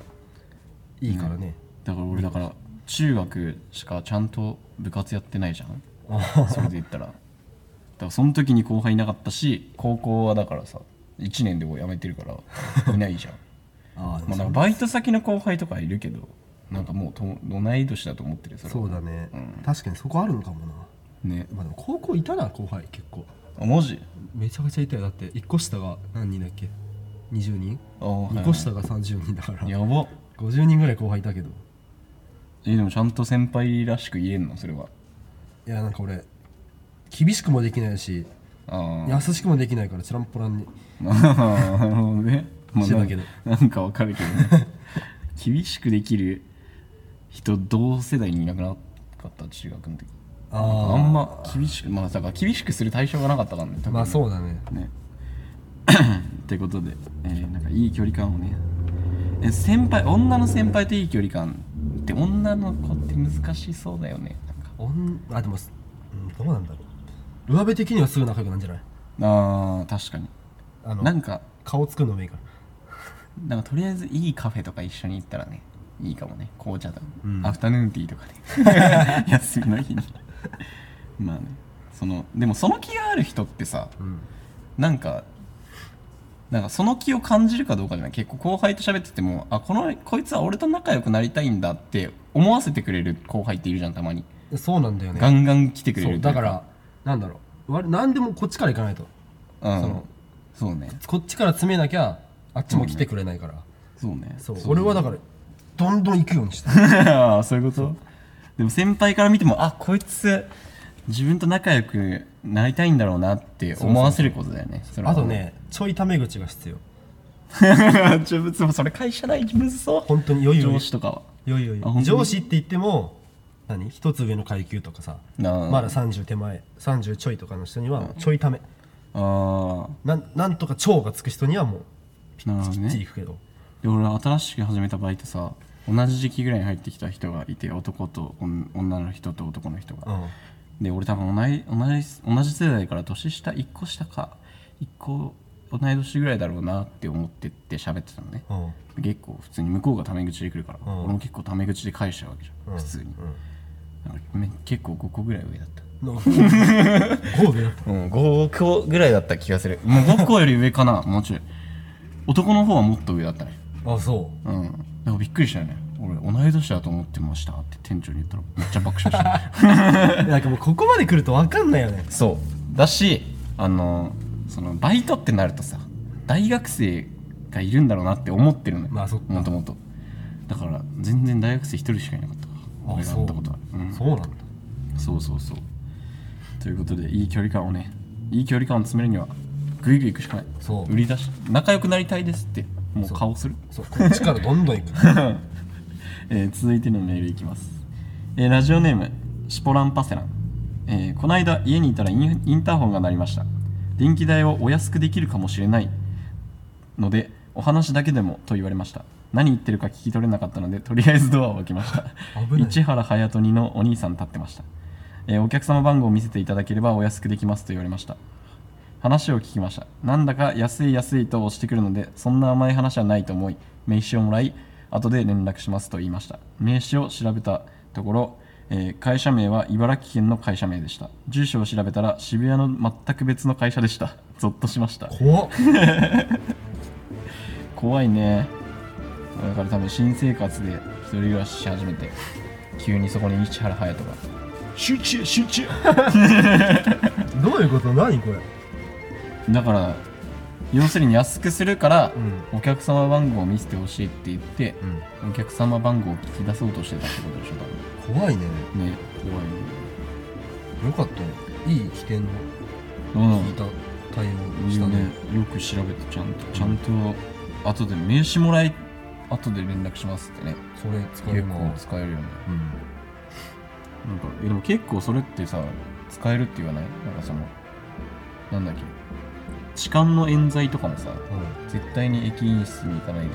Speaker 2: いいからね、
Speaker 1: だから俺だから中学しかちゃんと部活やってないじゃ んそれで言ったらだからその時に後輩いなかったし高校はだからさ1年でもう辞めてるからい ないじゃん
Speaker 2: あ
Speaker 1: まあなんかバイト先の後輩とかいるけどなんかもうと同い年だと思ってるそれ
Speaker 2: そうだね、
Speaker 1: うん
Speaker 2: 確かにそこあるのかもな、
Speaker 1: ね
Speaker 2: まあ、でも高校いたな後輩結構
Speaker 1: あ文字
Speaker 2: めちゃくちゃいたよだって1個下が何人だっけ20人
Speaker 1: ああはい
Speaker 2: 2個下が30人だから
Speaker 1: やば
Speaker 2: 50人ぐらい後輩いたけど
Speaker 1: えでもちゃんと先輩らしく言えんのそれはい
Speaker 2: やなんか俺厳しくもできないし
Speaker 1: ああ
Speaker 2: 優しくもできないからチランポランに
Speaker 1: まあ、なるほどね。まあ、
Speaker 2: 知ら
Speaker 1: なん
Speaker 2: けど
Speaker 1: なんかわかるけど ね。厳しくできる人、同世代にいなくなかった、中学の時。
Speaker 2: あ
Speaker 1: あんま厳しく、まあ、だから厳しくする対象がなかったからね。特に
Speaker 2: まあそうだね
Speaker 1: ね。ってことで、えーなんかいい距離感をねえ先輩女の先輩といい距離感って女の子って難しそうだよねなんか
Speaker 2: おんあでも、うん、どうなんだろう上辺的にはすぐ仲良くなんじゃない
Speaker 1: あー確かに
Speaker 2: あの
Speaker 1: なんか
Speaker 2: 顔作るのもいいから
Speaker 1: なんかとりあえずいいカフェとか一緒に行ったらねいいかもね紅茶とか、
Speaker 2: うん
Speaker 1: アフタヌーンティーとか ね休みの日にまあねそのでもその気がある人ってさ
Speaker 2: うん
Speaker 1: なんかなんかその気を感じるかどうかじゃない結構後輩と喋っててもあこのこいつは俺と仲良くなりたいんだって思わせてくれる後輩っているじゃんたまに
Speaker 2: そうなんだよね
Speaker 1: ガンガン来てくれ
Speaker 2: そ
Speaker 1: る
Speaker 2: う
Speaker 1: とい
Speaker 2: だ
Speaker 1: う
Speaker 2: からなんだろうわ何でもこっちから行かないと
Speaker 1: うん
Speaker 2: その
Speaker 1: そうね
Speaker 2: こっちから詰めなきゃあっちも来てくれないから、
Speaker 1: そうね
Speaker 2: そう俺はだからどんどん行くようにした
Speaker 1: ああ そういうことでも先輩から見てもあこいつ自分と仲良くなりたいんだろうなって思わせることだよねそれは
Speaker 2: あとねちょいタメ口が必要
Speaker 1: ちょでもそれ会社内むずそう
Speaker 2: 本当に余裕
Speaker 1: 上司とかは
Speaker 2: よいよい
Speaker 1: あ本当に
Speaker 2: 上司って言っても何一つ上の階級とかさ
Speaker 1: なあ
Speaker 2: まだ30手前30ちょいとかの人にはちょいため、
Speaker 1: ああ
Speaker 2: なん、なんとか超がつく人にはもう
Speaker 1: なるほど
Speaker 2: きっちり
Speaker 1: ね
Speaker 2: いくけど
Speaker 1: で俺新しく始めたバイトさ同じ時期ぐらいに入ってきた人がいて男と女女の人と男の人が、
Speaker 2: うん
Speaker 1: で俺多分同い同じ同じ世代から年下1個下か1個同い年ぐらいだろうなって思ってって喋ってたのね、
Speaker 2: うん
Speaker 1: 結構普通に向こうがタメ口で来るから、
Speaker 2: うん
Speaker 1: 俺も結構タメ口で返しちゃうわけじゃん、
Speaker 2: うん
Speaker 1: 普通に、
Speaker 2: うん
Speaker 1: なんかめ結構5個ぐらい上だった
Speaker 2: なんか5秒だった
Speaker 1: うん5個ぐらいだった気がするもう5個より上かなもうちょい男の方はもっと上だったね
Speaker 2: あそ
Speaker 1: うんだからびっくりしたよね俺同い年だと思ってましたって店長に言ったらめっちゃ爆笑した
Speaker 2: うなんかもうここまで来ると分かんないよね
Speaker 1: そうだしあのそのバイトってなるとさ大学生がいるんだろうなって思ってるのよ
Speaker 2: まあそっか
Speaker 1: もともとだから全然大学生一人しかいなかった俺が会ったことあるうん
Speaker 2: そうなんだ
Speaker 1: そうそうそうということでいい距離感をねいい距離感を詰めるにはグイグイ行くしかない
Speaker 2: そう
Speaker 1: 売り出し仲良くなりたいですってもう顔する、
Speaker 2: そうこっちからどんどん行く
Speaker 1: えー続いてのメールいきます、えーラジオネームシポランパセラン、えーこの間家にいたらインインターホンが鳴りました電気代をお安くできるかもしれないのでお話だけでもと言われました何言ってるか聞き取れなかったのでとりあえずドアを開けました
Speaker 2: 危ない
Speaker 1: 市原隼人にのお兄さん立ってました、えーお客様番号を見せていただければお安くできますと言われました話を聞きましたなんだか安い安いと押してくるのでそんな甘い話はないと思い名刺をもらい後で連絡しますと言いました名刺を調べたところ、えー会社名は茨城県の会社名でした住所を調べたら渋谷の全く別の会社でしたゾッとしました
Speaker 2: 怖っ
Speaker 1: 怖いねだから多分新生活で一人暮らしし始めて急にそこに市原隼人が集中集中
Speaker 2: どういうこと何これ
Speaker 1: だから要するに安くするから、
Speaker 2: う
Speaker 1: お客様番号を見せてほしいって言って、
Speaker 2: ん
Speaker 1: お客様番号を聞き出そうとしてたってことでしょ多
Speaker 2: 怖いね
Speaker 1: 分ね怖いね
Speaker 2: よかったねいい起点の
Speaker 1: うん
Speaker 2: た対応
Speaker 1: いいねよく調べてちゃんとちゃんと後で名刺もらい後で連絡しますってね
Speaker 2: それ使
Speaker 1: 結構使えるよね
Speaker 2: うん
Speaker 1: なんかえでも結構それってさ使えるって言わないなんかそのなんだっけ痴漢の冤罪とかもさ絶対に駅員室に行かないで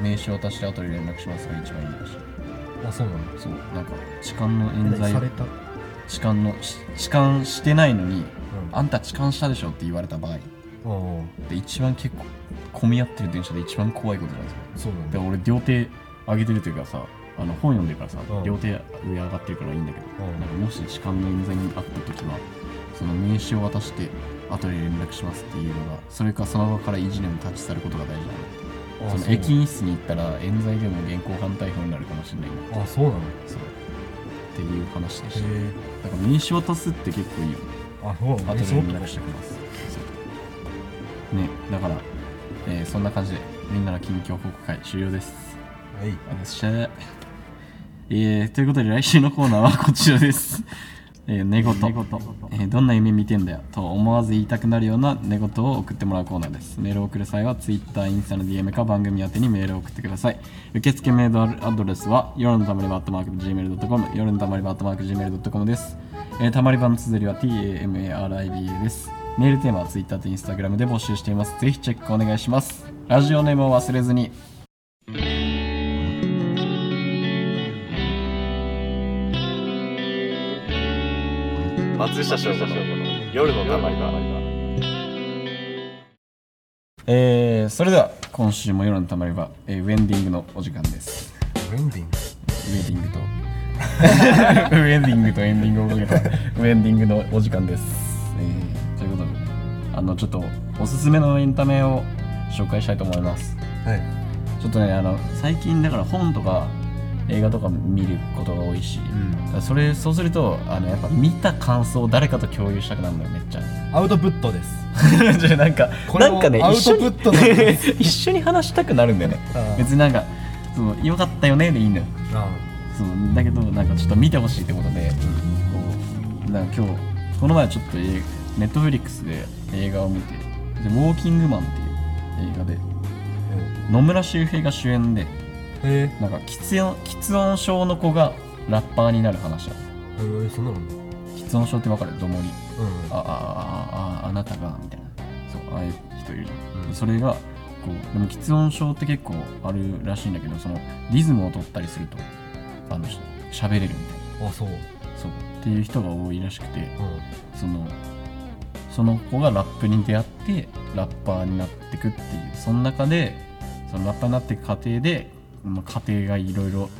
Speaker 1: 名刺を渡して後で連絡しますが一番いいらしい
Speaker 2: うんあそうなんだ
Speaker 1: そうなんか痴漢の冤罪
Speaker 2: された
Speaker 1: 痴漢のし痴漢してないのに、
Speaker 2: ん
Speaker 1: あんた痴漢したでしょって言われた場合
Speaker 2: あ
Speaker 1: で一番結構混み合ってる電車で一番怖いことじゃないですか
Speaker 2: あそうなん
Speaker 1: で
Speaker 2: だ
Speaker 1: 俺両手上げてるというかさあの本読んでるからさ、
Speaker 2: うん
Speaker 1: 両手上上がってるからいいんだけど、
Speaker 2: うん
Speaker 1: なんかもし痴漢の冤罪にあった時はその名刺を渡して後で連絡しますっていうのがそれかその場からいじめに立ち去ることが大事なのその駅員室に行ったら冤罪でも現行犯逮捕になるかもしれないな
Speaker 2: あそうなのへ
Speaker 1: そうっていう話でした
Speaker 2: え
Speaker 1: だから名刺渡すって結構いいよね
Speaker 2: あそうな
Speaker 1: 後
Speaker 2: の
Speaker 1: で
Speaker 2: そう
Speaker 1: 連絡しておきますそうねだから、えーそんな感じでみんなの近況報告会終了です
Speaker 2: はい
Speaker 1: あのしゃーえー、ということで来週のコーナーはこちらです。 えー寝言えーどんな夢見てんだよと思わず言いたくなるような寝言を送ってもらうコーナーですメールを送る際は Twitter、インスタの DM か番組宛てにメールを送ってください受付メールアドレスは夜のたまり場 .gmail.com 夜のたまり場 .gmail.com です、えーたまり場の綴りは TAMARIBA ですメールテーマは Twitter と Instagram で募集していますぜひチェックお願いしますラジオネームを忘れずに
Speaker 5: 松下翔吾の夜のたまり場
Speaker 1: えー、それでは今週も夜のたまり場、えーウェンディングのお時間です
Speaker 2: ウェンディング
Speaker 1: ウェディングと ウェディングとエンディングをかけたウェンディングのお時間です、えーということであのちょっとおすすめのエンタメを紹介したいと思います
Speaker 2: はい
Speaker 1: ちょっとねあの最近だから本とか映画とか見ることが多いし、
Speaker 2: ん
Speaker 1: だからそれそうするとあのやっぱ見た感想を誰かと共有したくなるのよめっちゃ
Speaker 2: アウトプットです
Speaker 1: じゃあなんか
Speaker 2: これ
Speaker 1: な
Speaker 2: も
Speaker 1: んかね
Speaker 2: アウ
Speaker 1: 一緒
Speaker 2: ト
Speaker 1: に
Speaker 2: プットなんで
Speaker 1: 一緒に話したくなるんだよね
Speaker 2: ああ
Speaker 1: 別になんかその良かったよねでいいんだよ
Speaker 2: あ
Speaker 1: そうだけどなんかちょっと見てほしいってことで、こうなんか今日この前ちょっとネットフリックスで映画を見てで「ウォーキングマン」っていう映画で野村周平が主演で
Speaker 2: えー、
Speaker 1: なんか喫音喫音症の子がラッパーになる話だ
Speaker 2: えー、そんなのうん
Speaker 1: 喫音症ってわかるどもりああああああなたがみたいなそうああいう人いるじゃん、
Speaker 2: うん
Speaker 1: それがこうでも喫音症って結構あるらしいんだけどそのリズムを取ったりするとあのし喋れるみたい
Speaker 2: あそう
Speaker 1: なそうっていう人が多いらしくて
Speaker 2: うん
Speaker 1: そのその子がラップに出会ってラッパーになってくっていうその中でそのラッパーになっていく過程で、まあ、家庭がいろいろ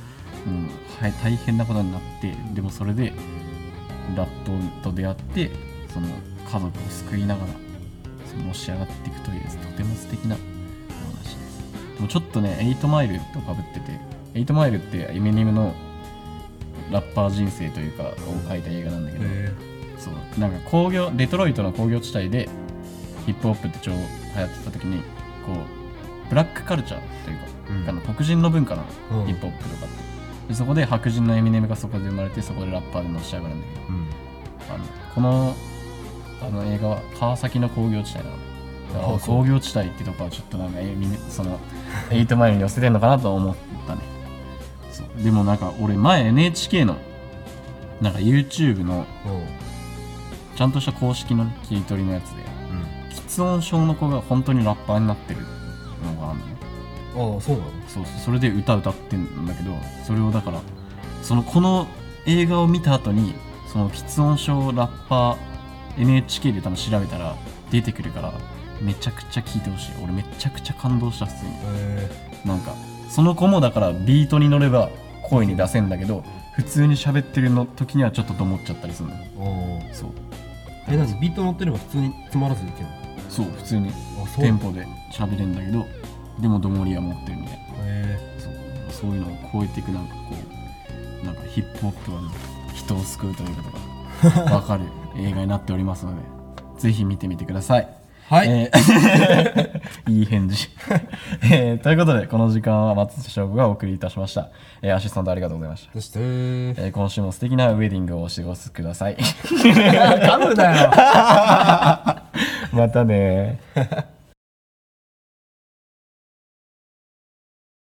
Speaker 1: うんはい大変なことになってでもそれでラップと出会ってその家族を救いながらそののし上がっていくというとても素敵なお話ですでもちょっとね8マイルとかぶってて8マイルってエミネムのラッパー人生というかを描いた映画なんだけど、
Speaker 2: え
Speaker 1: そうなんか工業デトロイトの工業地帯でヒップホップって超流行ってた時にこうブラックカルチャーというか、
Speaker 2: うん
Speaker 1: あの黒人の文化なの、
Speaker 2: うん
Speaker 1: ヒップホップとかってでそこで白人のエミネムがそこで生まれてそこでラッパーでのし上がるんだけど
Speaker 2: ー、うん
Speaker 1: あのこのあの映画は川崎の工業地帯なのだから
Speaker 2: あそう
Speaker 1: 工業地帯ってとこはちょっとなんかエミネその8マイルに寄せてんのかなと思ったねそうでもなんか俺前 NHK のなんか YouTube の
Speaker 2: うん
Speaker 1: ちゃんとした公式の切り取りのやつで喫音症の子が本当にラッパーになってるのがあるのね
Speaker 2: うんああそうなの
Speaker 1: そうそうそれで歌歌ってんだけどそれをだからそのこの映画を見た後にその喫音症ラッパー NHK で多分調べたら出てくるからめちゃくちゃ聴いてほしい俺めちゃくちゃ感動した普通に
Speaker 2: え
Speaker 1: なんかその子もだからビートに乗れば声に出せんだけど普通に喋ってるの時にはちょっとと思っちゃったりするのよ
Speaker 2: ー、おー
Speaker 1: そう
Speaker 2: え何ビート乗ってれば普通につまらずいけるの
Speaker 1: そう普通に
Speaker 2: あそう
Speaker 1: テンポで喋れんだけどでもどもりは持ってるみたいな
Speaker 2: え
Speaker 1: そうそういうのを超えていくなんかこうなんかヒップホップはね人を救うということ がわかる映画になっておりますのでぜひ見てみてください
Speaker 2: はい
Speaker 1: えー いい返 事、えーということでこの時間は松下翔吾がお送りいたしました、えーアシスタントありがとうございました
Speaker 2: ー、そ してー
Speaker 1: えー今週も素敵なウェディングをお過ごしくだ さい
Speaker 2: 噛むなよ
Speaker 1: またねー